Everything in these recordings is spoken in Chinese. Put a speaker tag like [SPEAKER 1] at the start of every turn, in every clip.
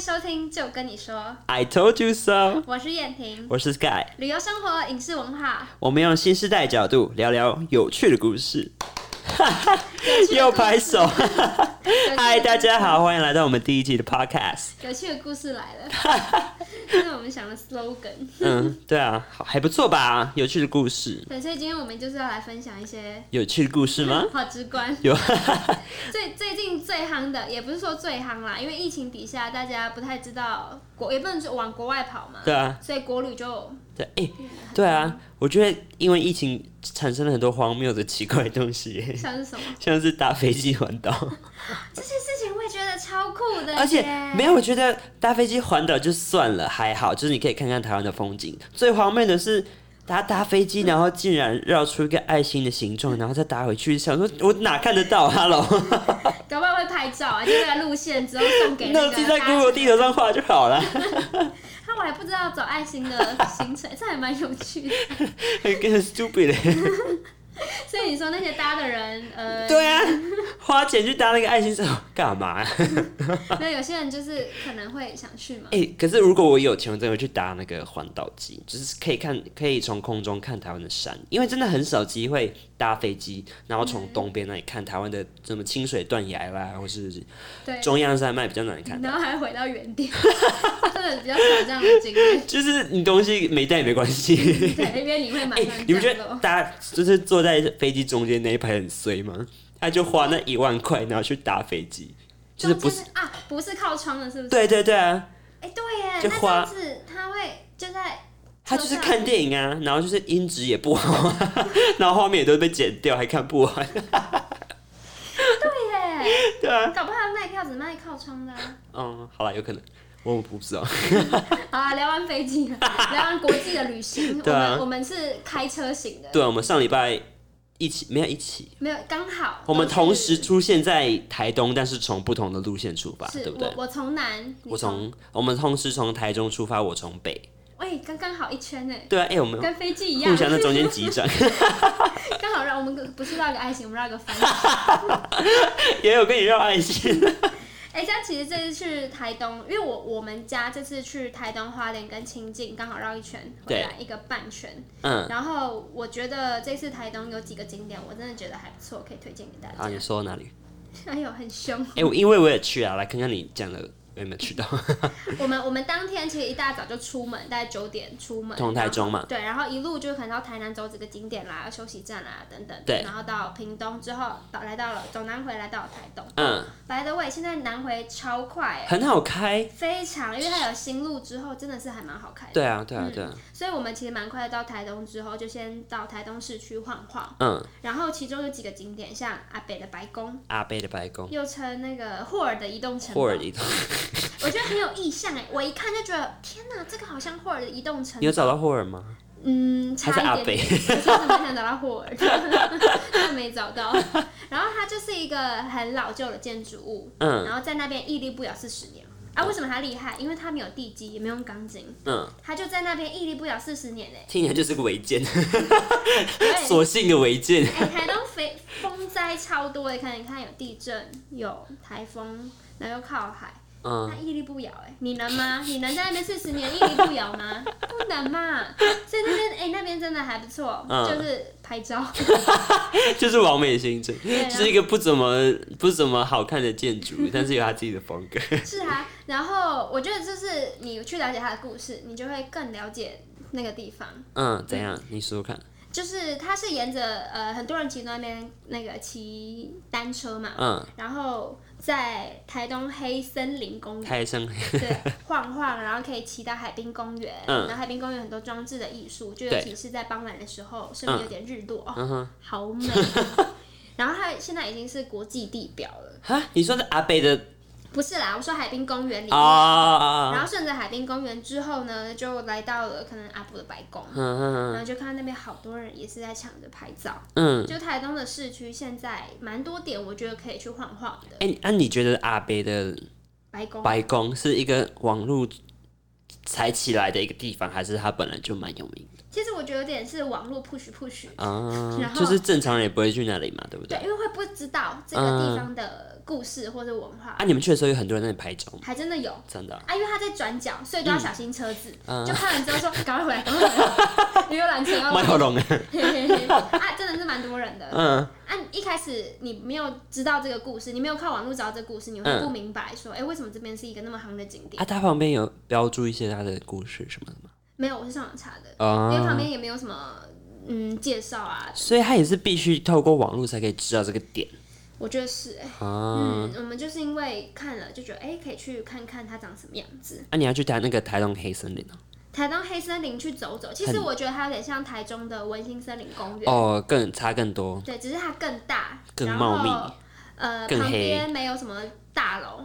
[SPEAKER 1] 收听就跟你说，
[SPEAKER 2] I told you so。
[SPEAKER 1] 我是燕婷。
[SPEAKER 2] 我是 Sky，
[SPEAKER 1] 旅游生活、影视文化，
[SPEAKER 2] 我们用新时代角度聊聊有趣的故事。
[SPEAKER 1] 有趣的
[SPEAKER 2] 又
[SPEAKER 1] 故
[SPEAKER 2] 拍
[SPEAKER 1] 事
[SPEAKER 2] 手，
[SPEAKER 1] 有趣的
[SPEAKER 2] 嗨，
[SPEAKER 1] 故
[SPEAKER 2] 大家
[SPEAKER 1] 事
[SPEAKER 2] 好，欢迎来到我们第一集的 Podcast。
[SPEAKER 1] 有趣的故事来 了，这是我们想的 slogan。
[SPEAKER 2] 嗯，对啊，好，还不错吧？有趣的故事，
[SPEAKER 1] 对，所以今天我们就是要来分享一些
[SPEAKER 2] 有趣的故事吗？
[SPEAKER 1] 好直观。
[SPEAKER 2] 有
[SPEAKER 1] 最最近最夯的，也不是说最夯啦，因为疫情底下大家不太知道国，也不能说往国外跑嘛，
[SPEAKER 2] 对啊，
[SPEAKER 1] 所以国旅就
[SPEAKER 2] 对，哎、对啊，我觉得因为疫情产生了很多荒谬的奇怪的东西，
[SPEAKER 1] 像是什么
[SPEAKER 2] 像是搭飞机环岛，
[SPEAKER 1] 这些事情，我也觉得超酷的耶，
[SPEAKER 2] 而且没有，我觉得搭飞机环岛就算了，还好，就是你可以看看台湾的风景。最荒谬的是。搭搭飞机，然后竟然绕出一个爱心的形状，然后再搭回去，想说我哪看得到？Hello，
[SPEAKER 1] 搞不好会拍照啊，就那个路线之后送给
[SPEAKER 2] 那
[SPEAKER 1] 那
[SPEAKER 2] 我
[SPEAKER 1] 个
[SPEAKER 2] 自己在
[SPEAKER 1] 搭
[SPEAKER 2] Google 地图上画就好了，
[SPEAKER 1] 他我还不知道走爱心的行程，这还蛮有趣 的。
[SPEAKER 2] 很很 stupid 欸。
[SPEAKER 1] 所以你说那些搭的人，呃，
[SPEAKER 2] 对啊， 花钱去搭那个爱心手 干嘛、啊？
[SPEAKER 1] 没有有些人就是可能会想去嘛。
[SPEAKER 2] 哎、可是如果我有钱，我真的会去搭那个环岛机，就是可以看，可以从空中看台湾的山，因为真的很少机会搭飞机，然后从东边那里看台湾的什么清水断崖啦，或是
[SPEAKER 1] 对，
[SPEAKER 2] 中央山脉比较难看到。
[SPEAKER 1] 然后还回到原 点，真的比较少这样的经历。
[SPEAKER 2] 就是你东西没带也没关系。
[SPEAKER 1] 对，因为你会马
[SPEAKER 2] 哎、
[SPEAKER 1] 上
[SPEAKER 2] 你不觉
[SPEAKER 1] 降
[SPEAKER 2] 得
[SPEAKER 1] 落。
[SPEAKER 2] 搭就是坐在飞机中间那一排很衰吗？他就花那一万块，然后去搭飞机，就是不
[SPEAKER 1] 中
[SPEAKER 2] 是？
[SPEAKER 1] 间啊，不是靠窗的，是不是？
[SPEAKER 2] 对对对啊，
[SPEAKER 1] 哎、对耶，
[SPEAKER 2] 就
[SPEAKER 1] 那这
[SPEAKER 2] 花
[SPEAKER 1] 样子他会就在
[SPEAKER 2] 他就是看电影啊，然后就是音质也不好啊， 然后画面也都被剪掉，还看不完。
[SPEAKER 1] 对耶，
[SPEAKER 2] 对啊，
[SPEAKER 1] 搞不好他卖票只卖靠窗的、啊。
[SPEAKER 2] 嗯，好了，有可能，我不知道。
[SPEAKER 1] 好啊，聊完飞机了，聊完国际的旅行，
[SPEAKER 2] 对啊
[SPEAKER 1] 我们我们是开车型的，
[SPEAKER 2] 对，我们上礼拜一起没有一起，
[SPEAKER 1] 没有刚好
[SPEAKER 2] 我们
[SPEAKER 1] 都是
[SPEAKER 2] 同时出现在台东，但是从不同的路线出发，
[SPEAKER 1] 是
[SPEAKER 2] 对不
[SPEAKER 1] 我
[SPEAKER 2] 对？
[SPEAKER 1] 我从南，你
[SPEAKER 2] 我从我们同时从台中出发，我从北。
[SPEAKER 1] 喂刚刚好一圈呢，
[SPEAKER 2] 对啊，哎、我们
[SPEAKER 1] 跟飞机一样
[SPEAKER 2] 互，相在中间击掌，
[SPEAKER 1] 刚好让我们不是绕一个爱心，我们绕一个 方向。
[SPEAKER 2] 也有跟你绕 爱心。
[SPEAKER 1] 哎、这样其实这次去台东，因为我我们家这次去台东花莲跟清境，刚好绕一圈回来一个半圈。
[SPEAKER 2] 嗯，
[SPEAKER 1] 然后我觉得这次台东有几个景点，我真的觉得还不错，可以推荐给大家。
[SPEAKER 2] 好，你说哪里？
[SPEAKER 1] 哎呦，很凶！
[SPEAKER 2] 哎、我因为我也去啊，来看看你讲的有没有去到，
[SPEAKER 1] 嗯我们我们当天其实一大早就出门，大概九点出门，
[SPEAKER 2] 从台中嘛。
[SPEAKER 1] 对，然后一路就可能到台南走几个景点啦、休息站啦等等，
[SPEAKER 2] 对
[SPEAKER 1] 然后到屏东之后，到来到了走南回来到了台东。
[SPEAKER 2] 嗯，
[SPEAKER 1] by the way，现在南回超快、欸，
[SPEAKER 2] 很好开。
[SPEAKER 1] 非常，因为它有新路之后，真的是还蛮好开的。
[SPEAKER 2] 对啊，对啊，对啊。
[SPEAKER 1] 所以我们其实蛮快的到台东之后，就先到台东市区晃晃，
[SPEAKER 2] 嗯，
[SPEAKER 1] 然后其中有几个景点，像阿北的白宫，
[SPEAKER 2] 阿贝的白宫，
[SPEAKER 1] 又称那个霍尔的移动城堡
[SPEAKER 2] 霍尔的移动，
[SPEAKER 1] 我觉得很有意象哎，我一看就觉得天哪，这个好像霍尔的移动城
[SPEAKER 2] 你有找到霍尔吗？
[SPEAKER 1] 嗯，
[SPEAKER 2] 还是
[SPEAKER 1] 差
[SPEAKER 2] 阿
[SPEAKER 1] 一点
[SPEAKER 2] 北
[SPEAKER 1] 点。？我其实蛮想找到霍尔，但没找到。然后它就是一个很老旧的建筑物，
[SPEAKER 2] 嗯
[SPEAKER 1] 然后在那边屹立不了四十年。啊，为什么它厉害？因为它没有地基，也没有用钢筋，
[SPEAKER 2] 嗯，。
[SPEAKER 1] 它就在那边屹立不了四十年欸嘞
[SPEAKER 2] 听起来就是个违建，
[SPEAKER 1] 对
[SPEAKER 2] 索性的违建。
[SPEAKER 1] 哎、台东非风灾超多的，看你看有地震，有台风，然后又靠海，
[SPEAKER 2] 嗯，
[SPEAKER 1] 它屹立不摇哎、你能吗？你能在那边四十年屹立不摇吗？不能嘛。所以那边哎、那边真的还不错，
[SPEAKER 2] 嗯
[SPEAKER 1] 就是拍照。
[SPEAKER 2] 就是完美行程，
[SPEAKER 1] 对啊
[SPEAKER 2] 是一个不怎么不怎么好看的建筑，但是有他自己的风格。
[SPEAKER 1] 是啊，然后我觉得就是你去了解他的故事，你就会更了解那个地方。
[SPEAKER 2] 嗯，怎样？你说说看。
[SPEAKER 1] 就是它是沿着呃，很多人骑那边那个骑单车嘛，
[SPEAKER 2] 嗯，
[SPEAKER 1] 然后在台东黑森林公园
[SPEAKER 2] 开生，
[SPEAKER 1] 对晃晃，然后可以骑到海滨公园，
[SPEAKER 2] 嗯
[SPEAKER 1] 然后海滨公园很多装置的艺术，就尤
[SPEAKER 2] 对
[SPEAKER 1] 其是在傍晚的时候，甚至有点日落，
[SPEAKER 2] 嗯哼，
[SPEAKER 1] 哦，好 美。然后它现在已经是国际地标了，
[SPEAKER 2] 哈，你说是阿北的
[SPEAKER 1] 不是啦，我说海滨公园里面
[SPEAKER 2] 啊啊啊啊
[SPEAKER 1] 然后顺着海滨公园之后呢，就来到了可能阿布的白宫，
[SPEAKER 2] 嗯嗯
[SPEAKER 1] 然后就看到那边好多人也是在抢着拍照。
[SPEAKER 2] 嗯，
[SPEAKER 1] 就台东的市区现在蛮多点，我觉得可以去晃晃的。
[SPEAKER 2] 哎、那、你觉得阿北的
[SPEAKER 1] 白宫
[SPEAKER 2] 白宫是一个网络才起来的一个地方，还是它本来就蛮有名
[SPEAKER 1] 其实我觉得有点是网络 push push，
[SPEAKER 2] 的啊
[SPEAKER 1] 然？后
[SPEAKER 2] 就是正常人也不会去那里嘛，对不
[SPEAKER 1] 对
[SPEAKER 2] 对？，
[SPEAKER 1] 因为会不知道这
[SPEAKER 2] 嗯
[SPEAKER 1] 个地方的故事或者文化，
[SPEAKER 2] 啊，你们去的时候有很多人在那里拍照吗？
[SPEAKER 1] 还真的有。
[SPEAKER 2] 真的啊、
[SPEAKER 1] 啊，因为他在转角，所以都要小心车子。
[SPEAKER 2] 嗯
[SPEAKER 1] 就看完之后说：“赶快回来，赶快回 来，游览车要
[SPEAKER 2] 蛮
[SPEAKER 1] 来
[SPEAKER 2] 有龙的。
[SPEAKER 1] 嘿嘿嘿 啊，真的是蛮多人的。
[SPEAKER 2] 嗯，
[SPEAKER 1] 啊，一开始你没有知道这个故事，你没有靠网络找到这个故事，你会
[SPEAKER 2] 嗯
[SPEAKER 1] 不明白说，哎、为什么这边是一个那么夯的景点？
[SPEAKER 2] 啊，它旁边有标注一些它的故事什么的吗？
[SPEAKER 1] 没有，我是上网查的，因为旁
[SPEAKER 2] 啊，
[SPEAKER 1] 边也没有什么嗯介绍啊。
[SPEAKER 2] 所以它也是必须透过网络才可以知道这个点
[SPEAKER 1] 我觉得是、哎
[SPEAKER 2] 啊。
[SPEAKER 1] 嗯，我们就是因为看了就觉得，哎、可以去看看它长什么样子。
[SPEAKER 2] 啊那、你要去台那个台东黑森林哦
[SPEAKER 1] 台东黑森林去走走，其实
[SPEAKER 2] 很
[SPEAKER 1] 我觉得它有点像台中的文心森林公园，
[SPEAKER 2] 哦，更差更多，
[SPEAKER 1] 对，只是它更大，
[SPEAKER 2] 更
[SPEAKER 1] 然
[SPEAKER 2] 茂
[SPEAKER 1] 后
[SPEAKER 2] 密
[SPEAKER 1] 呃，
[SPEAKER 2] 更
[SPEAKER 1] 旁
[SPEAKER 2] 黑
[SPEAKER 1] 边没有什么大楼。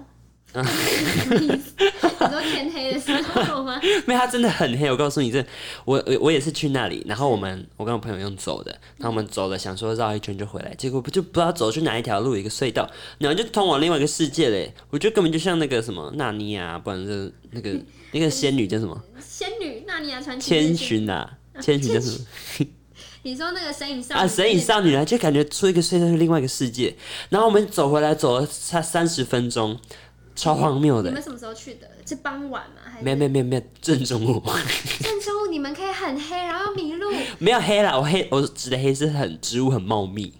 [SPEAKER 1] 什么意思？你说天黑的时候吗？
[SPEAKER 2] 没有它真的很黑。我告诉你，这我我我也是去那里，然后我们我跟我朋友用走的，然后我们走了，想说绕一圈就回来，结果不就不知道走去哪一条路，有一个隧道，然后就通往另外一个世界嘞。我觉得根本就像那个什么纳尼亚，不然就是那个
[SPEAKER 1] 嗯
[SPEAKER 2] 那个仙女叫什么
[SPEAKER 1] 仙女纳尼亚传奇
[SPEAKER 2] 千
[SPEAKER 1] 之君，
[SPEAKER 2] 寻啊，千寻叫什么？
[SPEAKER 1] 你说那个神隐少
[SPEAKER 2] 啊，
[SPEAKER 1] 女
[SPEAKER 2] 神隐少女呢，就感觉出一个隧道是另外一个世界。然后我们走回来走了差三十分钟，超荒谬
[SPEAKER 1] 你
[SPEAKER 2] 的。
[SPEAKER 1] 们什么时候去的？是傍晚吗？还是
[SPEAKER 2] 没有没有没有没有，正中午
[SPEAKER 1] 正中午？你们可以很黑，然后迷路，
[SPEAKER 2] 没有黑啦，我黑我指的黑是很植物很茂密，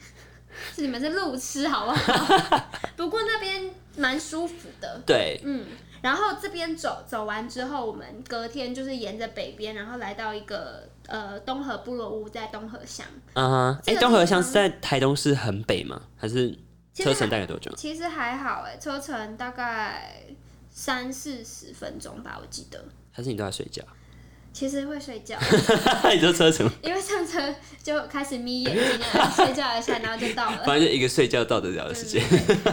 [SPEAKER 1] 是你们是路痴好不好？ 不过那边蛮舒服的，
[SPEAKER 2] 对，
[SPEAKER 1] 嗯。然后这边走走完之后，我们隔天就是沿着北边，然后来到一个呃东河部落屋，在东河乡。
[SPEAKER 2] 嗯哼，
[SPEAKER 1] 这
[SPEAKER 2] 哎、
[SPEAKER 1] 个
[SPEAKER 2] 东河乡
[SPEAKER 1] 地方
[SPEAKER 2] 是在台东市很北吗？还是
[SPEAKER 1] 其实
[SPEAKER 2] 车程
[SPEAKER 1] 还
[SPEAKER 2] 大概多久？
[SPEAKER 1] 其实还好哎，车程大概三四十分钟吧，我记得。
[SPEAKER 2] 还是你都在睡觉？
[SPEAKER 1] 其实会睡觉，
[SPEAKER 2] 你说 车程，
[SPEAKER 1] 因为上车就开始眯眼睛啊，睡觉一下，然后就到 了。
[SPEAKER 2] 反正就一个睡觉到得了的时间。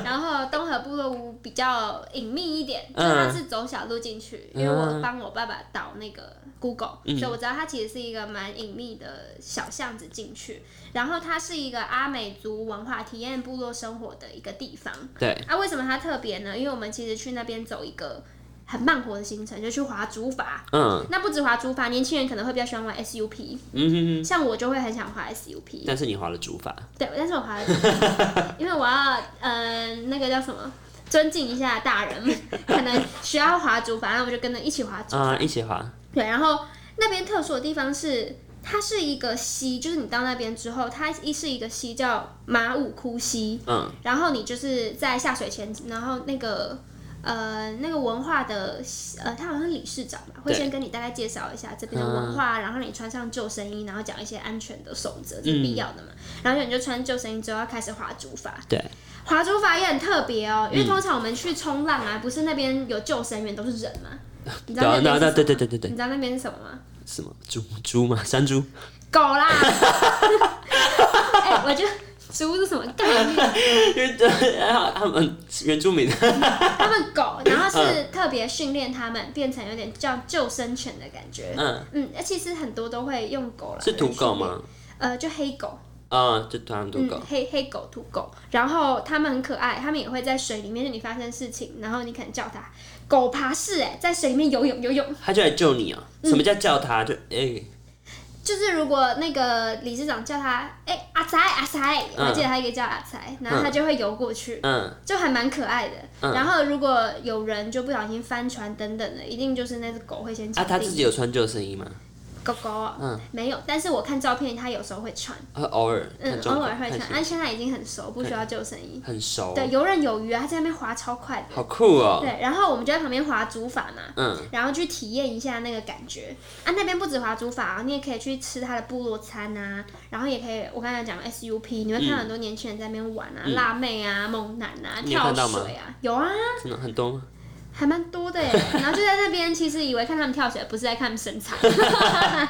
[SPEAKER 1] 然后东河部落屋比较隐秘一点，就
[SPEAKER 2] 嗯
[SPEAKER 1] 它是走小路进去，因为我
[SPEAKER 2] 嗯
[SPEAKER 1] 帮我爸爸导那个 Google，、所以我知道它其实是一个蛮隐秘的小巷子进去。然后它是一个阿美族文化体验部落生活的一个地方。
[SPEAKER 2] 对，
[SPEAKER 1] 啊，为什么它特别呢？因为我们其实去那边走一个很慢活的行程，就去划竹筏。
[SPEAKER 2] 嗯
[SPEAKER 1] 那不止划竹筏，年轻人可能会比较喜欢玩 SUP，
[SPEAKER 2] 嗯哼哼，
[SPEAKER 1] 像我就会很想划 SUP。
[SPEAKER 2] 但是你划了竹筏，啊
[SPEAKER 1] 对，但是我滑了，因为我要嗯、呃那个叫什么，尊敬一下大人们，可能需要滑竹筏，然后我就跟着一起滑竹。
[SPEAKER 2] 啊、一起划，
[SPEAKER 1] 对，然后那边特殊的地方是。它是一个溪，就是你到那边之后，它一是一个溪叫马武窟溪，
[SPEAKER 2] 嗯，
[SPEAKER 1] 然后你就是在下水前，然后那个呃那个文化的呃，他好像是理事长吧，会
[SPEAKER 2] 对嗯
[SPEAKER 1] 先跟你大概介绍一下这边的文化，然后让你穿上救生衣，然后讲一些安全的守则，这是必要的
[SPEAKER 2] 嗯
[SPEAKER 1] 嘛。然后你就穿救生衣之后要开始划竹筏，
[SPEAKER 2] 对，
[SPEAKER 1] 划竹筏也很特别哦，
[SPEAKER 2] 嗯
[SPEAKER 1] 因为通常我们去冲浪啊，不是那边有救生员都是人 嘛，你知道
[SPEAKER 2] 对
[SPEAKER 1] 那
[SPEAKER 2] 啊那
[SPEAKER 1] 边
[SPEAKER 2] 那
[SPEAKER 1] 是什
[SPEAKER 2] 对
[SPEAKER 1] 么
[SPEAKER 2] 对对对对
[SPEAKER 1] 你，知道那边是什么吗？
[SPEAKER 2] 什么猪猪吗？山猪？
[SPEAKER 1] 狗啦！ 哎、我就猪是什么概念？
[SPEAKER 2] 因为呃他们原住民，
[SPEAKER 1] 他们狗，然后
[SPEAKER 2] 嗯
[SPEAKER 1] 是特别训练他们，变成有点叫救生犬的感觉。
[SPEAKER 2] 嗯，
[SPEAKER 1] 嗯，那其实很多都会用狗了，
[SPEAKER 2] 是土狗
[SPEAKER 1] 来训练？
[SPEAKER 2] 吗？
[SPEAKER 1] 呃，就黑狗，
[SPEAKER 2] 啊，就当然土狗
[SPEAKER 1] 嗯，，黑黑狗、土狗。然后它们很可爱，它们也会在水里面，就你发生事情，然后你可能叫它狗爬式、哎，在水里面游泳游泳。
[SPEAKER 2] 他就来救你啊！
[SPEAKER 1] 嗯
[SPEAKER 2] 什么叫叫他？就哎，
[SPEAKER 1] 就是如果那个理事长叫它，哎、阿才阿才，
[SPEAKER 2] 嗯
[SPEAKER 1] 我记得还有一个叫阿才，然后它就会游过去。
[SPEAKER 2] 嗯，
[SPEAKER 1] 就还蛮可爱的，
[SPEAKER 2] 嗯
[SPEAKER 1] 然后如果有人就不小心翻船等等的，一定就是那只狗会先
[SPEAKER 2] 啊，
[SPEAKER 1] 抢
[SPEAKER 2] 他
[SPEAKER 1] 第
[SPEAKER 2] 自
[SPEAKER 1] 一
[SPEAKER 2] 己有穿救生衣吗？
[SPEAKER 1] 狗狗哦、
[SPEAKER 2] 嗯
[SPEAKER 1] 没有，但是我看照片，它有时候会穿，
[SPEAKER 2] 啊，偶尔，
[SPEAKER 1] 嗯
[SPEAKER 2] 看，状
[SPEAKER 1] 偶
[SPEAKER 2] 况
[SPEAKER 1] 尔会
[SPEAKER 2] 看
[SPEAKER 1] 穿，
[SPEAKER 2] 情
[SPEAKER 1] 但现在已经很熟，不需要救生衣。
[SPEAKER 2] 很熟，哦
[SPEAKER 1] 对，游刃有余啊，它在那边滑超快的。
[SPEAKER 2] 好酷哦，
[SPEAKER 1] 对，然后我们就在旁边滑竹筏嘛，
[SPEAKER 2] 嗯，
[SPEAKER 1] 然后去体验一下那个感觉啊。那边不止滑竹筏、啊，你也可以去吃它的部落餐啊，然后也可以，我刚才讲 SUP，你会看到很多年轻人在那边玩啊，辣妹啊、猛男啊、
[SPEAKER 2] 嗯你有看
[SPEAKER 1] 跳
[SPEAKER 2] 到吗
[SPEAKER 1] 水啊，有啊，
[SPEAKER 2] 真的很多吗，
[SPEAKER 1] 还蛮多 的耶。然后就在那边，其实以为看他们跳水，不是在看他们身材，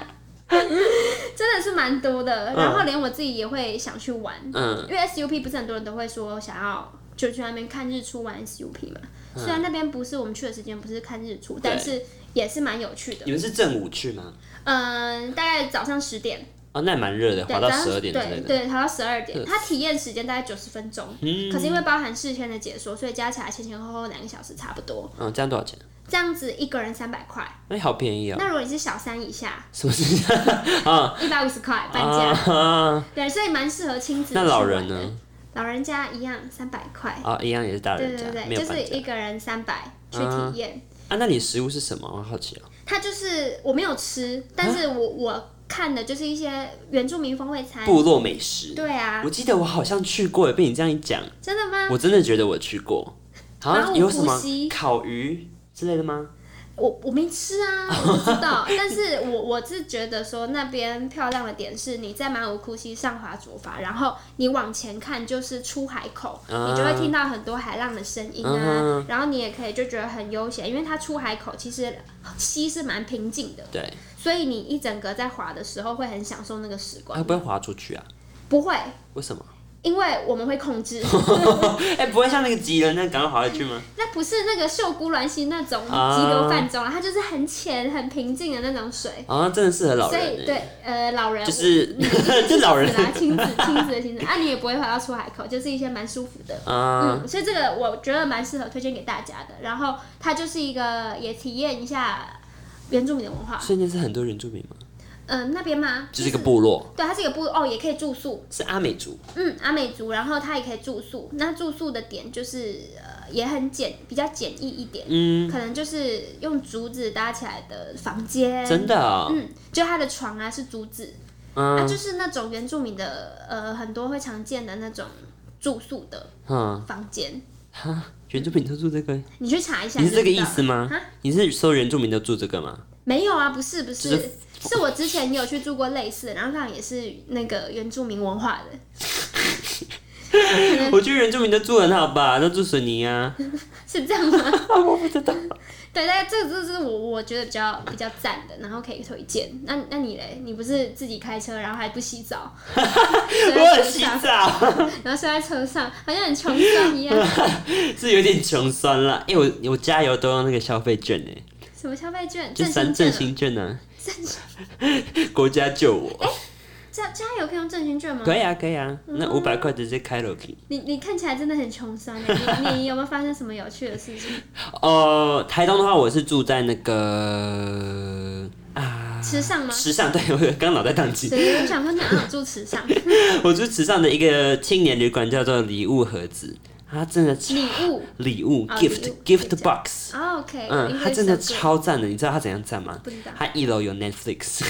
[SPEAKER 1] 真的是蛮多的。然后连我自己也会想去玩，
[SPEAKER 2] 嗯，
[SPEAKER 1] 因为 SUP 不是很多人都会说想要就去那边看日出玩 SUP 嘛。
[SPEAKER 2] 嗯
[SPEAKER 1] 虽然那边不是我们去的时间，不是看日出，但是也是蛮有趣的。
[SPEAKER 2] 你们是正午去吗？
[SPEAKER 1] 嗯，大概早上十点，
[SPEAKER 2] 哦，那也蛮热的，
[SPEAKER 1] 对，早
[SPEAKER 2] 滑到
[SPEAKER 1] 上
[SPEAKER 2] 十二点之类
[SPEAKER 1] 对
[SPEAKER 2] 的，嗯
[SPEAKER 1] 对，滑到十二点。它体验时间大概九十分钟，可是因为包含事先的解说，所以加起来前前后后两个小时差不多。
[SPEAKER 2] 嗯，这样多少钱？
[SPEAKER 1] 这样子一个人三百块。
[SPEAKER 2] 哎，好便宜哦，
[SPEAKER 1] 那如果你是小三以下，
[SPEAKER 2] 什么事情
[SPEAKER 1] 一百五十块半价，
[SPEAKER 2] 啊？
[SPEAKER 1] 对，所以蛮适合亲子。
[SPEAKER 2] 那老人？呢？
[SPEAKER 1] 老人家一样三百块，
[SPEAKER 2] 哦，一样也是大
[SPEAKER 1] 对
[SPEAKER 2] 人家
[SPEAKER 1] 对，对，
[SPEAKER 2] 没有
[SPEAKER 1] 就
[SPEAKER 2] 搬
[SPEAKER 1] 是
[SPEAKER 2] 家
[SPEAKER 1] 一个人三百去
[SPEAKER 2] 啊
[SPEAKER 1] 体验。
[SPEAKER 2] 啊。那你食物是什么？我好奇哦。
[SPEAKER 1] 它就是我没有吃，但是我我看的就是一些原住民风味餐。
[SPEAKER 2] 部落美食，
[SPEAKER 1] 对啊
[SPEAKER 2] 我，记得我好像去过，被你这样一讲，
[SPEAKER 1] 真的吗？
[SPEAKER 2] 我真的觉得我去过。好
[SPEAKER 1] 马
[SPEAKER 2] 像
[SPEAKER 1] 武
[SPEAKER 2] 有什
[SPEAKER 1] 伏
[SPEAKER 2] 么
[SPEAKER 1] 羲
[SPEAKER 2] 烤鱼之类的吗？
[SPEAKER 1] 我我没吃啊，我不知道。但是我我是觉得说那边漂亮的点是，你在马武库西上滑竹筏，然后你往前看就是出海口，
[SPEAKER 2] 啊
[SPEAKER 1] 你就会听到很多海浪的声音
[SPEAKER 2] 嗯
[SPEAKER 1] 啊。然后你也可以就觉得很悠闲，因为它出海口其实溪是蛮平静的，
[SPEAKER 2] 对，
[SPEAKER 1] 所以你一整个在滑的时候会很享受那个时
[SPEAKER 2] 啊会
[SPEAKER 1] 光。
[SPEAKER 2] 不会滑出去啊？
[SPEAKER 1] 不会，
[SPEAKER 2] 为什 么？
[SPEAKER 1] 因为我们会控 制。
[SPEAKER 2] 哎、不会像那个吉人那样赶快滑回去 吗？
[SPEAKER 1] 那不是那个秀姑峦溪那种
[SPEAKER 2] 啊
[SPEAKER 1] 急流泛舟啦，它就是很浅、很平静的那种水。
[SPEAKER 2] 好像啊真的适合老
[SPEAKER 1] 所
[SPEAKER 2] 人、
[SPEAKER 1] 以
[SPEAKER 2] 欸，
[SPEAKER 1] 对，呃，老人
[SPEAKER 2] 就是 就老人
[SPEAKER 1] 亲子啦，亲子亲子的亲子，啊，你也不会滑到出海口，就是一些蛮舒服的。
[SPEAKER 2] 啊、
[SPEAKER 1] 嗯，所以这个我觉得蛮适合推荐给大家的。然后它就是一个也体验一下原住民的文化。
[SPEAKER 2] 所以那是很多原住民吗？
[SPEAKER 1] 嗯、那边吗？
[SPEAKER 2] 就是一个部落，
[SPEAKER 1] 对，它是一个部哦，也可以住宿。
[SPEAKER 2] 是阿美族，
[SPEAKER 1] 嗯，阿美族，然后它也可以住宿。那住宿的点就是呃，也很简，比较简易一点。
[SPEAKER 2] 嗯，
[SPEAKER 1] 可能就是用竹子搭起来的房间，
[SPEAKER 2] 真的、哦，
[SPEAKER 1] 嗯，就它的床啊是竹子，
[SPEAKER 2] 嗯
[SPEAKER 1] 啊，就是那种原住民的，呃，很多会常见的那种住宿的
[SPEAKER 2] 嗯，
[SPEAKER 1] 房间，
[SPEAKER 2] 哈，原住民都住这个，
[SPEAKER 1] 你去查一下。
[SPEAKER 2] 你是这个
[SPEAKER 1] 就知
[SPEAKER 2] 意
[SPEAKER 1] 道
[SPEAKER 2] 思吗
[SPEAKER 1] 哈？
[SPEAKER 2] 你是说原住民都住这个吗？
[SPEAKER 1] 没有啊，不是不是，
[SPEAKER 2] 就是
[SPEAKER 1] 是我之前也有去住过类似的，然后那也是那个原住民文化的，嗯
[SPEAKER 2] 我觉得原住民都住很好吧，都住水泥啊，
[SPEAKER 1] 是这样吗？
[SPEAKER 2] 我不知道。
[SPEAKER 1] 对，但这这是我我觉得比较比较赞的，然后可以推荐。那那你嘞？你不是自己开车，然后还不洗 澡？
[SPEAKER 2] 我
[SPEAKER 1] 我
[SPEAKER 2] 很洗澡，
[SPEAKER 1] 然后睡在车上，好像很穷酸一样。
[SPEAKER 2] 是有点穷酸啦。因为我我加油都用那个消费券欸诶，
[SPEAKER 1] 什么消费券？
[SPEAKER 2] 就
[SPEAKER 1] 振兴券
[SPEAKER 2] 三振
[SPEAKER 1] 啊？
[SPEAKER 2] 兴券呢、
[SPEAKER 1] 振兴哎
[SPEAKER 2] 国家救我。
[SPEAKER 1] 加加油可以用振兴券吗？
[SPEAKER 2] 可以啊，可以啊，
[SPEAKER 1] 嗯
[SPEAKER 2] 那五百块直接开楼梯。
[SPEAKER 1] 你你看起来真的很穷酸欸，你你有没有发生什么有趣的事情？
[SPEAKER 2] 呃，台东的话，我是住在那个 啊，
[SPEAKER 1] 池上吗？
[SPEAKER 2] 池上，对我刚脑袋宕机，
[SPEAKER 1] 对，我想说哪有住池 上？
[SPEAKER 2] 我住池上的一个青年旅馆，叫做礼物盒子，它真的
[SPEAKER 1] 礼物
[SPEAKER 2] 礼物
[SPEAKER 1] 哦
[SPEAKER 2] gift
[SPEAKER 1] 礼物
[SPEAKER 2] gift
[SPEAKER 1] 可以讲
[SPEAKER 2] box，
[SPEAKER 1] 啊，OK，
[SPEAKER 2] 嗯，
[SPEAKER 1] 应
[SPEAKER 2] 它
[SPEAKER 1] 该
[SPEAKER 2] 真的
[SPEAKER 1] 是
[SPEAKER 2] 超赞的，你知道它怎样赞吗？
[SPEAKER 1] 不知道。
[SPEAKER 2] 它一楼有 Netflix，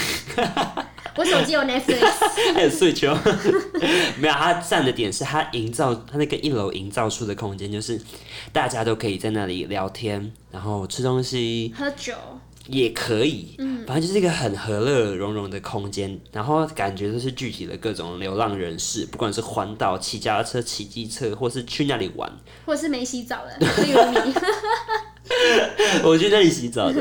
[SPEAKER 1] 我手机有 Netflix，
[SPEAKER 2] 还有睡球， 没有。它赞的点是它营造它那个一楼营造出的空间，就是大家都可以在那里聊天，然后吃东西，
[SPEAKER 1] 喝酒，
[SPEAKER 2] 也可以，反正就是一个很和乐融融的空间，然后感觉就是聚集了各种流浪人士，不管是环岛、骑脚踏车、骑机车，或是去那里玩，
[SPEAKER 1] 或者是没洗 澡的，例如你。
[SPEAKER 2] 我去那里洗 澡的，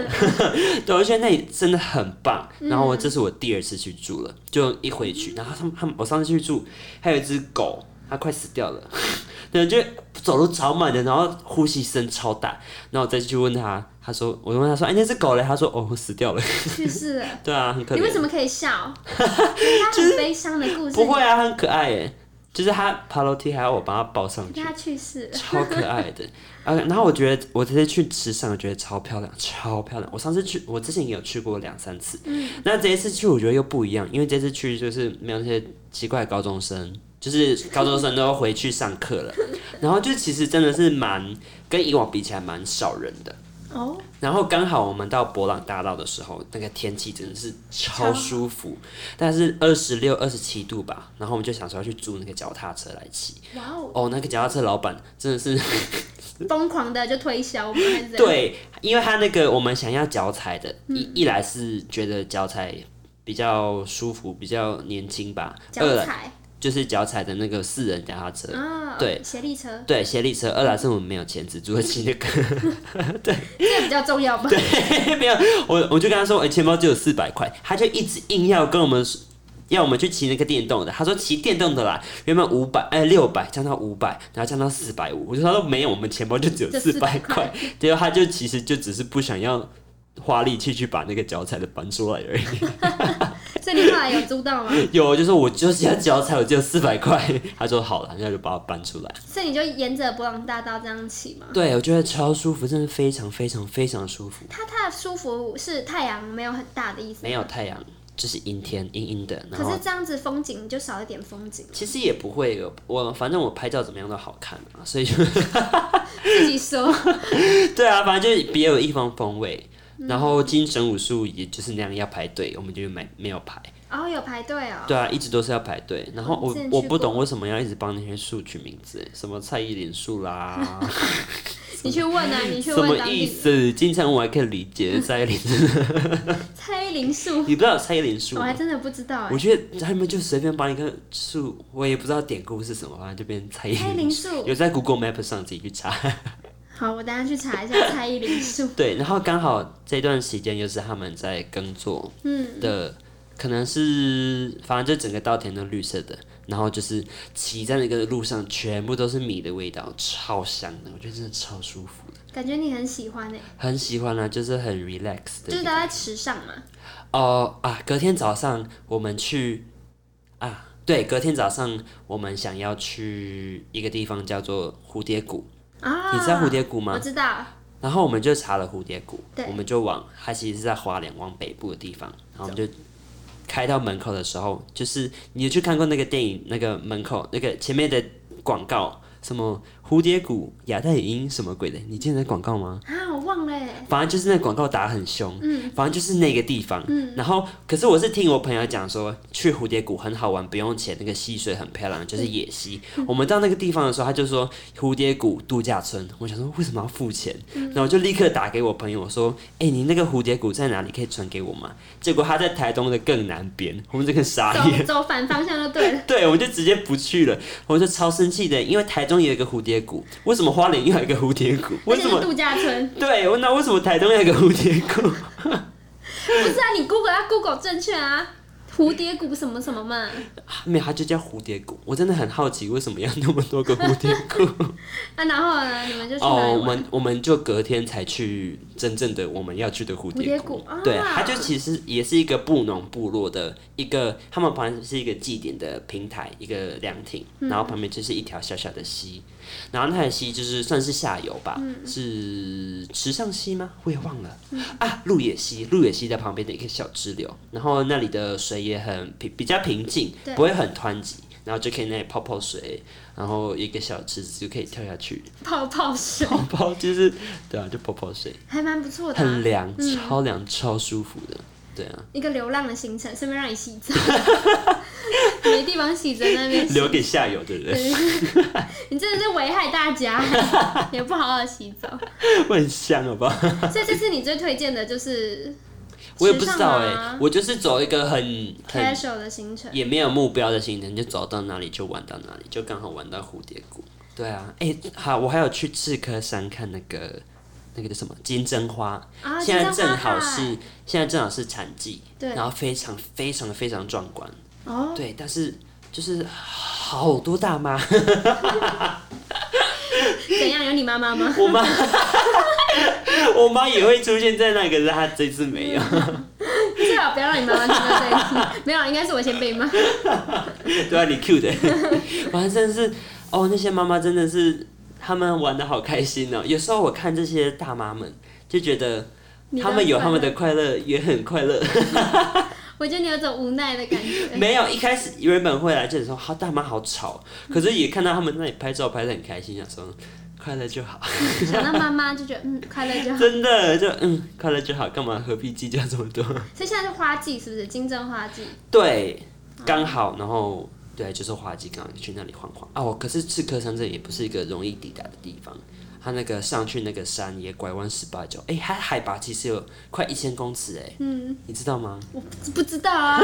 [SPEAKER 2] 对，我觉得那里真的很棒。
[SPEAKER 1] 嗯
[SPEAKER 2] 然后我这是我第二次去住了，就一回去，然后他们他们我上次去住，还有一只狗，它快死掉了， 对，就走路超慢的，然后呼吸声超大，然后我再去问他，他说，我问他说，哎、那只狗嘞？他说，哦，死掉了。
[SPEAKER 1] 去世了。
[SPEAKER 2] 对啊，很可怜。
[SPEAKER 1] 你为什么可以 笑？他很悲伤的故事。
[SPEAKER 2] 不会啊，很可爱耶。就是他爬楼梯还要我帮他抱上去，
[SPEAKER 1] 他去世了。
[SPEAKER 2] 超可爱的。啊，然后我觉得我这次去池上，我觉得超漂亮，超漂亮。我上次去，我之前也有去过两三次。那这一次去，我觉得又不一样，因为这次去就是没有那些奇怪的高中生，就是高中生都回去上课了。然后就其实真的是蛮跟以往比起来蛮少人的。
[SPEAKER 1] 哦，
[SPEAKER 2] 然后刚好我们到博朗大道的时候，那个天气真的是超舒服，但是二十六、二十七度吧。然后我们就想说要去租那个脚踏车来骑。
[SPEAKER 1] 哇哦，
[SPEAKER 2] 哦，那个脚踏车老板真的是
[SPEAKER 1] 疯狂的就推销我们，还是怎样，
[SPEAKER 2] 对，因为他那个我们想要脚踩的，
[SPEAKER 1] 嗯
[SPEAKER 2] 一一来是觉得脚踩比较舒服，比较年轻吧；二
[SPEAKER 1] 脚
[SPEAKER 2] 来
[SPEAKER 1] 踩
[SPEAKER 2] 就是脚踩的那个四人脚踏车。
[SPEAKER 1] 啊，
[SPEAKER 2] 对
[SPEAKER 1] 协力车，
[SPEAKER 2] 对，斜立车，二来是我们没有钱，只租得起那个。
[SPEAKER 1] 这个比较重要吧？
[SPEAKER 2] 没有，我我就跟他说，哎、钱包只有四百块，他就一直硬要跟我们说要我们去骑那个电动的，他说骑电动的啦，原本五百哎六百降到五百，然后降到四百五，我就说他说没有，我们钱包就只有
[SPEAKER 1] 就
[SPEAKER 2] 四百
[SPEAKER 1] 400
[SPEAKER 2] 块，结果他就其实就只是不想要花力气去把那个脚踩的搬出来而 已。
[SPEAKER 1] 所以你后来有租到吗？
[SPEAKER 2] 有，我就说我就是要脚踩，我只有四百块，他说好了，那就把它搬出来。
[SPEAKER 1] 所以你就沿着博朗大道这样骑吗？
[SPEAKER 2] 对，我觉得超舒服，真的非常非常非常舒服，
[SPEAKER 1] 它它的舒服是太阳没有很大的意思，
[SPEAKER 2] 没有太阳，就是阴天阴阴的，然
[SPEAKER 1] 可
[SPEAKER 2] 后
[SPEAKER 1] 是这样子风景就少一点风景，
[SPEAKER 2] 其实也不会有，我反正我拍照怎么样都好看嘛， 所以就
[SPEAKER 1] 自己说。
[SPEAKER 2] 对啊，反正就是别有一番风味。然后精神武术也就是那样要排队，我们就没没有排。
[SPEAKER 1] 然后有排队哦，
[SPEAKER 2] 对啊，一直都是要排队。然后
[SPEAKER 1] 嗯哦
[SPEAKER 2] 我
[SPEAKER 1] 之前
[SPEAKER 2] 我
[SPEAKER 1] 去
[SPEAKER 2] 不懂
[SPEAKER 1] 过
[SPEAKER 2] 为什么要一直帮那些树取名字，什么蔡依林树 啦，
[SPEAKER 1] 你去问 啊，你去
[SPEAKER 2] 什么
[SPEAKER 1] 问当
[SPEAKER 2] 意
[SPEAKER 1] 地
[SPEAKER 2] 思？经常我还可以理解蔡依林，
[SPEAKER 1] 蔡依林树，
[SPEAKER 2] 你不知道蔡依林树
[SPEAKER 1] 我
[SPEAKER 2] 吗？
[SPEAKER 1] 还真的不知道哎
[SPEAKER 2] 我。觉得他们就随便把一个树，我也不知道典故是什么，反正就变成蔡依
[SPEAKER 1] 蔡依
[SPEAKER 2] 林
[SPEAKER 1] 林
[SPEAKER 2] 树。
[SPEAKER 1] 树，
[SPEAKER 2] 有在 Google Map 上自己去查。
[SPEAKER 1] 好，我等下去查一下蔡依林 树。
[SPEAKER 2] 对，然后刚好这段时间又是他们在耕作
[SPEAKER 1] 嗯，
[SPEAKER 2] 的，可能是反正就整个稻田都绿色的，然后就是骑在那个路上，全部都是米的味道，超香的，我觉得真的超舒服的，
[SPEAKER 1] 感觉你很喜欢哎，
[SPEAKER 2] 很喜欢啊，就是很 relax 的
[SPEAKER 1] 就是待在池上嘛。
[SPEAKER 2] 哦啊！隔天早上我们去啊，对，隔天早上我们想要去一个地方叫做蝴蝶谷，
[SPEAKER 1] 啊，
[SPEAKER 2] 你知道蝴蝶谷吗
[SPEAKER 1] 我知道，啊
[SPEAKER 2] 然后我们就查了蝴蝶谷
[SPEAKER 1] 对，
[SPEAKER 2] 我们就往它其实是在花莲往北部的地方，然后我们就开到门口的时候，就是你有去看过那个电影那个门口那个前面的广告，什么蝴蝶谷亚太影音什么鬼的，你记得那广告吗？
[SPEAKER 1] 啊，我忘了欸，
[SPEAKER 2] 反正就是那广告打很凶，反正就是那个地方。然后，可是我是听我朋友讲说，去蝴蝶谷很好玩，不用钱，那个溪水很漂亮，就是野溪。我们到那个地方的时候，他就说蝴蝶谷度假村。我想说为什么要付钱？然后我就立刻打给我朋友我说，哎、你那个蝴蝶谷在哪里？可以传给我吗？结果他在台东的更南边，我们这个 傻眼。
[SPEAKER 1] 走走反方向就对了。
[SPEAKER 2] 对，我就直接不去了，我就超生气的，因为台中也有一个蝴蝶谷，为什么花莲又有一个蝴蝶谷？为
[SPEAKER 1] 而
[SPEAKER 2] 什
[SPEAKER 1] 且
[SPEAKER 2] 么
[SPEAKER 1] 是度假村，
[SPEAKER 2] 对，我那为什么台东要有个蝴蝶谷？
[SPEAKER 1] 不是啊？你 Google 要 Google 正确啊，蝴蝶谷什么什么嘛，
[SPEAKER 2] 没有，它就叫蝴蝶谷。我真的很好奇，为什么要那么多个蝴蝶谷？
[SPEAKER 1] 啊，然后呢，你们就去哪
[SPEAKER 2] 哦，
[SPEAKER 1] 里
[SPEAKER 2] 我
[SPEAKER 1] 玩？
[SPEAKER 2] 们我们就隔天才去真正的我们要去的蝴
[SPEAKER 1] 蝴蝶
[SPEAKER 2] 谷。
[SPEAKER 1] 谷啊
[SPEAKER 2] 对，它就其实也是一个布农部落的一个，他们旁边是一个祭典的平台，一个凉亭，
[SPEAKER 1] 嗯
[SPEAKER 2] 然后旁边就是一条小小的溪，然后那条溪就是算是下游吧，
[SPEAKER 1] 嗯
[SPEAKER 2] 是池上溪吗？我也忘了、啊，鹿野溪，鹿野溪在旁边的一个小支流，然后那里的水也很平，比较平静
[SPEAKER 1] 对，
[SPEAKER 2] 不会很湍急。然后就可以那里泡泡水，然后一个小池子就可以跳下去，
[SPEAKER 1] 泡泡水，
[SPEAKER 2] 泡 泡就是对啊，就泡泡水，
[SPEAKER 1] 还蛮不错的啊、
[SPEAKER 2] 很凉，超凉，超舒服的。对啊，
[SPEAKER 1] 一个流浪的行程，顺便让你洗澡，没地方洗在那边 洗
[SPEAKER 2] 留，给下游的人，
[SPEAKER 1] 你真的是危害大家， 也不好好洗澡。
[SPEAKER 2] 我很香，好不好？
[SPEAKER 1] 所以这次你最推荐的就是
[SPEAKER 2] 我也不知道
[SPEAKER 1] 池
[SPEAKER 2] 哎、
[SPEAKER 1] 上吗
[SPEAKER 2] 我就是走一个很很
[SPEAKER 1] casual 的行程，
[SPEAKER 2] 也没有目标的行程，就走到哪里就玩到哪里，就刚好玩到蝴蝶谷。对啊，哎、好，我还有去赤科山看那个那个叫什么金针花，
[SPEAKER 1] 啊，
[SPEAKER 2] 现在
[SPEAKER 1] 金针
[SPEAKER 2] 正
[SPEAKER 1] 花
[SPEAKER 2] 好
[SPEAKER 1] 海
[SPEAKER 2] 是现在正好是产季，
[SPEAKER 1] 对
[SPEAKER 2] 然后非常非常非常壮观。
[SPEAKER 1] 哦，
[SPEAKER 2] 对，但是就是好多大妈，
[SPEAKER 1] 怎样？有你妈妈吗？
[SPEAKER 2] 我妈， 我妈也会出现在那个，可是她这次没有。
[SPEAKER 1] 嗯最好不要让你妈妈听到这一集。没有，应该是我先被骂。
[SPEAKER 2] 对啊，你 Q 的， 完真的是，哦，那些妈妈真的是，她们玩的好开心哦。有时候我看这些大妈们，就觉得
[SPEAKER 1] 你的
[SPEAKER 2] 她们有她们
[SPEAKER 1] 快
[SPEAKER 2] 的快乐，也很快乐。
[SPEAKER 1] 乐，我觉得你有种无奈的感觉。
[SPEAKER 2] 没有，一开始原本会来这里说，好大妈好吵，可是也看到她们那里拍照拍的很开心，想说快乐就好，
[SPEAKER 1] 想到妈妈就觉得嗯，快乐就好。
[SPEAKER 2] 真的就嗯快乐就好，干嘛何必计较这么多？
[SPEAKER 1] 所以现在是花季，是不是？金针花季。
[SPEAKER 2] 对，刚好，然后对，就是花季，刚好去那里晃晃啊。我可是赤科山这里也不是一个容易抵达的地方，它那个上去那个山也拐弯十八角，哎、它海拔其实有快一千公尺哎、
[SPEAKER 1] 嗯，
[SPEAKER 2] 你知道吗？
[SPEAKER 1] 我不知道啊，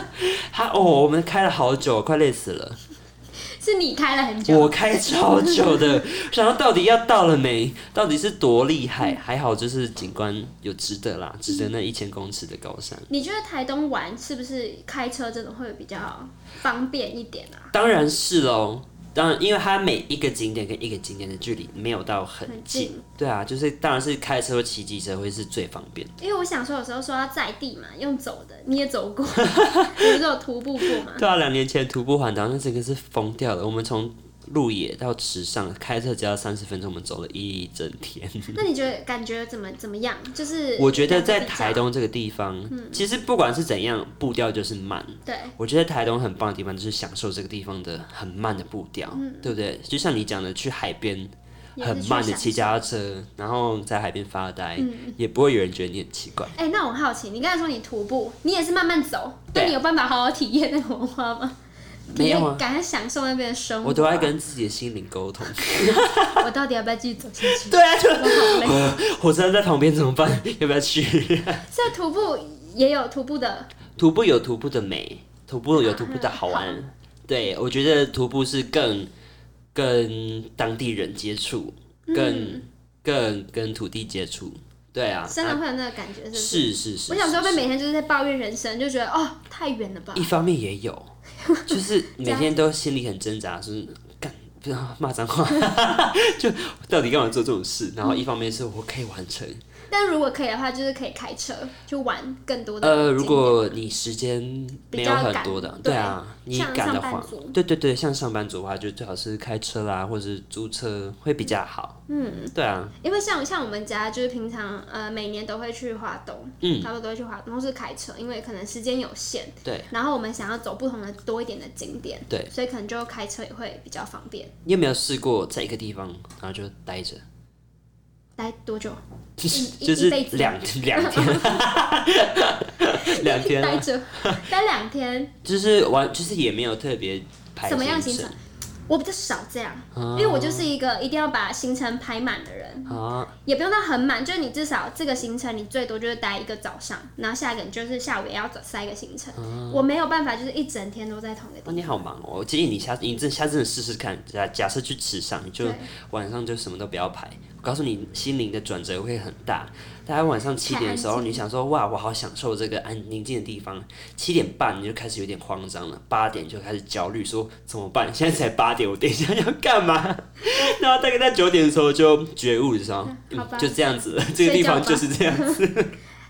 [SPEAKER 2] 它哦，我们开了好久，快累死了，
[SPEAKER 1] 是你开了很久。
[SPEAKER 2] 我开超久的，想到到底要到了没？到底是多厉害？还好就是景观有值得啦，值得那一千公尺的高山。
[SPEAKER 1] 你觉得台东玩是不是开车这种会比较方便一点啊？
[SPEAKER 2] 当然是喽，当然，因为它每一个景点跟一个景点的距离没有到很
[SPEAKER 1] 很
[SPEAKER 2] 近，
[SPEAKER 1] 近
[SPEAKER 2] 对啊，就是当然是开车、骑机车会是最方便的。
[SPEAKER 1] 因为我想说，有时候说要在地嘛，用走的，你也走过， 你不是有徒步过吗？
[SPEAKER 2] 对啊，两年前徒步环岛那整个是疯掉了，我们从鹿野到池上，开车只要三十分钟，我们走了一整天。
[SPEAKER 1] 那你觉得感觉怎么怎么样？就是
[SPEAKER 2] 我觉得
[SPEAKER 1] 两个
[SPEAKER 2] 在
[SPEAKER 1] 比较
[SPEAKER 2] 台，东这嗯个地方，其实不管是怎样，步调就是慢。
[SPEAKER 1] 对
[SPEAKER 2] 我觉得台东很棒的地方就是享受这个地方的很慢的步调，对不对？就像你讲的，去海边
[SPEAKER 1] 嗯也是
[SPEAKER 2] 很
[SPEAKER 1] 去
[SPEAKER 2] 慢的
[SPEAKER 1] 享
[SPEAKER 2] 骑
[SPEAKER 1] 受
[SPEAKER 2] 脚踏车，然后在海边发呆，
[SPEAKER 1] 嗯
[SPEAKER 2] 也不会有人觉得你很奇怪。
[SPEAKER 1] 哎、那我很好奇，你刚才说你徒步，你也是慢慢走，那
[SPEAKER 2] 对
[SPEAKER 1] 你有办法好好体验那个文化吗？
[SPEAKER 2] 没有
[SPEAKER 1] 体
[SPEAKER 2] 啊
[SPEAKER 1] 验感觉享受那边的生活。
[SPEAKER 2] 我都在跟自己的心灵沟通。
[SPEAKER 1] 我到底要不要继续走下去？
[SPEAKER 2] 对啊，就
[SPEAKER 1] 我好累。
[SPEAKER 2] 火车站在旁边怎么办？ 要不要去？
[SPEAKER 1] 所以徒步也有徒步的，
[SPEAKER 2] 徒步有徒步的美，徒步有徒步的好玩。 对，我觉得徒步是更跟当地人接触，
[SPEAKER 1] 嗯
[SPEAKER 2] 更、更跟土地接触。对啊，
[SPEAKER 1] 真的
[SPEAKER 2] 啊
[SPEAKER 1] 会有那个感觉，是不是？
[SPEAKER 2] 是是是。
[SPEAKER 1] 我小时候
[SPEAKER 2] 是
[SPEAKER 1] 被每天就是在抱怨人生，就觉得哦太远了吧
[SPEAKER 2] 一。方面也有，就是 每天都心里很挣扎，是干不知道骂脏话， 就到底干嘛做这种事？然后一方面是我可以完成，
[SPEAKER 1] 但如果可以的话，就是可以开车去玩更多的景点。
[SPEAKER 2] 呃，如果你时间没有很多的
[SPEAKER 1] 比较，赶
[SPEAKER 2] 对啊，
[SPEAKER 1] 对
[SPEAKER 2] 你
[SPEAKER 1] 像
[SPEAKER 2] 赶的
[SPEAKER 1] 上班
[SPEAKER 2] 话
[SPEAKER 1] 族，
[SPEAKER 2] 对对对，像上班族的话，就最好是开车啦，或者是租车会比较好。嗯，对啊，
[SPEAKER 1] 因为像像我们家就是平常呃每年都会去华东，嗯，差不多都会去华东，或是开车，因为可能时间有限，
[SPEAKER 2] 对。
[SPEAKER 1] 然后我们想要走不同的多一点的景点，
[SPEAKER 2] 对，
[SPEAKER 1] 所以可能就开车也会比较方便。
[SPEAKER 2] 你有没有试过在一个地方，然后就待着，
[SPEAKER 1] 待多久？
[SPEAKER 2] 就是
[SPEAKER 1] 一
[SPEAKER 2] 就
[SPEAKER 1] 一
[SPEAKER 2] 是
[SPEAKER 1] 辈子
[SPEAKER 2] 两 两天，两天
[SPEAKER 1] 待
[SPEAKER 2] 啊，
[SPEAKER 1] 着，待两天，
[SPEAKER 2] 就是完，就是也没有特别排
[SPEAKER 1] 怎么样行
[SPEAKER 2] 行啊
[SPEAKER 1] 程？我比较少这样，因为我就是一个一定要把行程排满的人，
[SPEAKER 2] 程啊？
[SPEAKER 1] 也不用到很满，就是你至少这个行程你最多就是待一个早上，然后下一个你就是下午也要走塞一个行程。
[SPEAKER 2] 啊
[SPEAKER 1] 我没有办法，就是一整天都在同一个地
[SPEAKER 2] 哇，
[SPEAKER 1] 方。
[SPEAKER 2] 你好忙哦！我建议你下，你这下次试试看。假假设去池上，你就
[SPEAKER 1] 对
[SPEAKER 2] 晚上就什么都不要排。我告诉你，心灵的转折会很大。大概晚上七点的时
[SPEAKER 1] 太
[SPEAKER 2] 候，
[SPEAKER 1] 安静
[SPEAKER 2] 你想说哇，我好享受这个安宁静的地方。七点半你就开始有点慌张了，八点就开始焦虑，说怎么办？现在才八点，我等一下要干嘛？ 然后大概在九点的时候就觉悟的时候，
[SPEAKER 1] 嗯好吧
[SPEAKER 2] 就这样子了。这个地方就是这样子，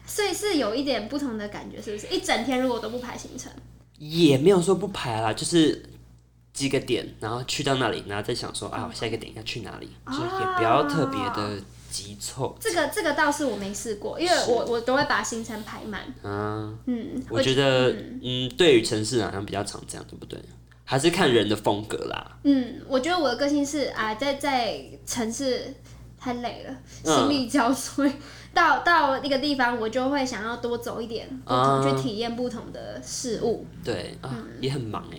[SPEAKER 1] 所以是有一点不同的感觉，是不是？一整天如果都不排行程，
[SPEAKER 2] 也没有说不排啦，就是几个点，然后去到那里，然后再想说啊，我下一个点要去哪里，就是也不要特别的急凑。
[SPEAKER 1] 这个这个倒是我没试过，因为我我都会把行程排满。
[SPEAKER 2] 啊，
[SPEAKER 1] 嗯，
[SPEAKER 2] 我觉得，嗯，对于城市好像比较常这样，对不对？还是看人的风格啦。
[SPEAKER 1] 嗯，我觉得我的个性是啊，在在城市太累了，
[SPEAKER 2] 嗯
[SPEAKER 1] 心力交瘁。到到一个地方，我就会想要多走一点，不同、
[SPEAKER 2] 啊
[SPEAKER 1] 去体验不同的事物。
[SPEAKER 2] 对啊，也很忙哎、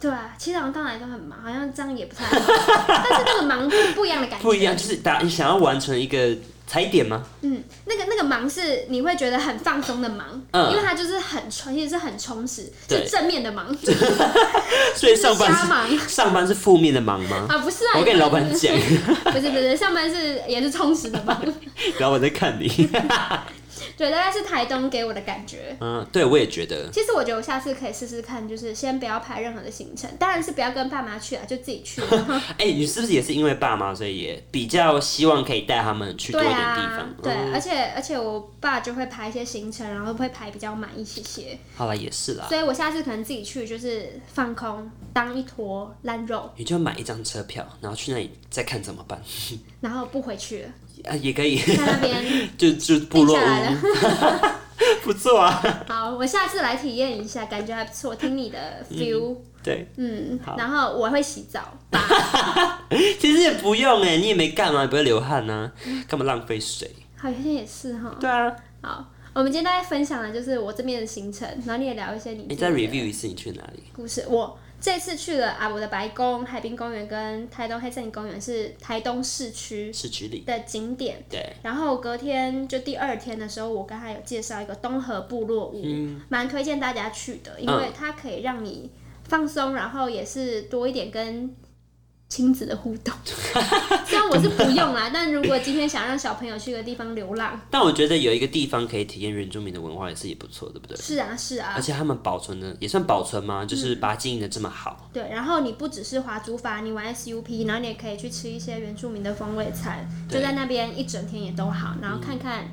[SPEAKER 1] 对啊，其实好像到哪里都很忙，好像这样也不太 好。但是那个忙是不一样的感觉，
[SPEAKER 2] 不一样，就是打你想要完成一个踩点吗？
[SPEAKER 1] 嗯，那个那个忙是你会觉得很放松的忙，
[SPEAKER 2] 嗯
[SPEAKER 1] 因为它就是很充，其实是很充实，
[SPEAKER 2] 对
[SPEAKER 1] 是正面的忙
[SPEAKER 2] 所以 上班
[SPEAKER 1] 瞎忙
[SPEAKER 2] 是上班是负面的忙吗？
[SPEAKER 1] 啊，不是啊，
[SPEAKER 2] 我跟老板
[SPEAKER 1] 不是
[SPEAKER 2] 讲，
[SPEAKER 1] 不是不是，上班是也是充实的忙。
[SPEAKER 2] 老板在看你。
[SPEAKER 1] 对，大概是台东给我的感觉。
[SPEAKER 2] 嗯，对，我也觉得。
[SPEAKER 1] 其实我觉得我下次可以试试看，就是先不要排任何的行程，当然是不要跟爸妈去啊，就自己去。然后
[SPEAKER 2] 哎、你是不是也是因为爸妈，所以也比较希望可以带他们 去多一
[SPEAKER 1] 对
[SPEAKER 2] 点地
[SPEAKER 1] 啊
[SPEAKER 2] 方？，
[SPEAKER 1] 对，
[SPEAKER 2] 嗯
[SPEAKER 1] 而且而且我爸就会排一些行程，然后会排比较满一些些，
[SPEAKER 2] 好了，也是啦。
[SPEAKER 1] 所以我下次可能自己去就是放空，当一坨烂肉，
[SPEAKER 2] 你就买一张车票，然后去那里再看怎么办
[SPEAKER 1] 然后不回去了，
[SPEAKER 2] 啊，也可以，
[SPEAKER 1] 在那边
[SPEAKER 2] 就就部落
[SPEAKER 1] 定下来
[SPEAKER 2] 屋， 不错啊。
[SPEAKER 1] 好，我下次来体验一下，感觉还不错，听你的 feel，
[SPEAKER 2] 对，
[SPEAKER 1] 嗯，
[SPEAKER 2] 好
[SPEAKER 1] 然后我会洗澡，
[SPEAKER 2] 其实也不用哎、你也没干嘛，也不会流汗呐、干嘛浪费水？
[SPEAKER 1] 好像也是哈，
[SPEAKER 2] 对啊，
[SPEAKER 1] 好，我们今天大概分享的就是我这边的行程，然后你也聊一些你
[SPEAKER 2] 你
[SPEAKER 1] 自
[SPEAKER 2] 再
[SPEAKER 1] 己的
[SPEAKER 2] review 一次你去哪里？
[SPEAKER 1] 故事。我这次去了啊，我的白宫、海滨公园跟台东黑森林公园是台东市区
[SPEAKER 2] 市区里。
[SPEAKER 1] 的景点。
[SPEAKER 2] 对，
[SPEAKER 1] 然后隔天就第二天的时候，我刚才有介绍一个东河部落屋，蛮、推荐大家去的，因为它可以让你放松，然后也是多一点跟亲子的互动。虽然我是不用啦，但如果今天想让小朋友去个地方流浪，
[SPEAKER 2] 但我觉得有一个地方可以体验原住民的文化，也是也不错，对不对？
[SPEAKER 1] 是啊是啊
[SPEAKER 2] 而，且他们保存的也算保存吗？就是
[SPEAKER 1] 嗯
[SPEAKER 2] 把它经营的这么好，
[SPEAKER 1] 对，然后你不只是滑竹筏，你玩 SUP，然后你也可以去吃一些原住民的风味餐，就
[SPEAKER 2] 对嗯
[SPEAKER 1] 在那边一整天也都好，然后看看，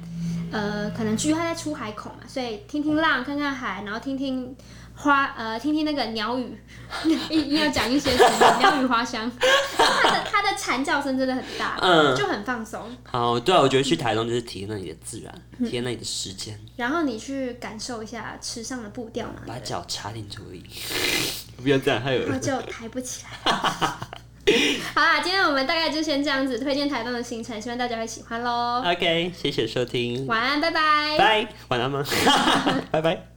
[SPEAKER 1] 呃，可能居它在出海口嘛，所以听听浪，看看海，然后听听花呃，听听那个鸟语， 一定要讲一些什么鸟语花香， 它的它的蝉叫声真的很大，
[SPEAKER 2] 嗯
[SPEAKER 1] 就很放松。
[SPEAKER 2] 好，对啊，我觉得去台东就是体验那里的自然，体验那里的时间，
[SPEAKER 1] 然后你去感受一下池上的步调嘛，
[SPEAKER 2] 把脚插进竹林，不要这样，还有
[SPEAKER 1] 那就抬不起来。 好啦，今天我们大概就先这样子推荐台东的行程，希望大家会喜欢喽。
[SPEAKER 2] 呃 OK，谢谢收听，
[SPEAKER 1] 晚安，拜拜。
[SPEAKER 2] 拜，晚安吗？拜拜。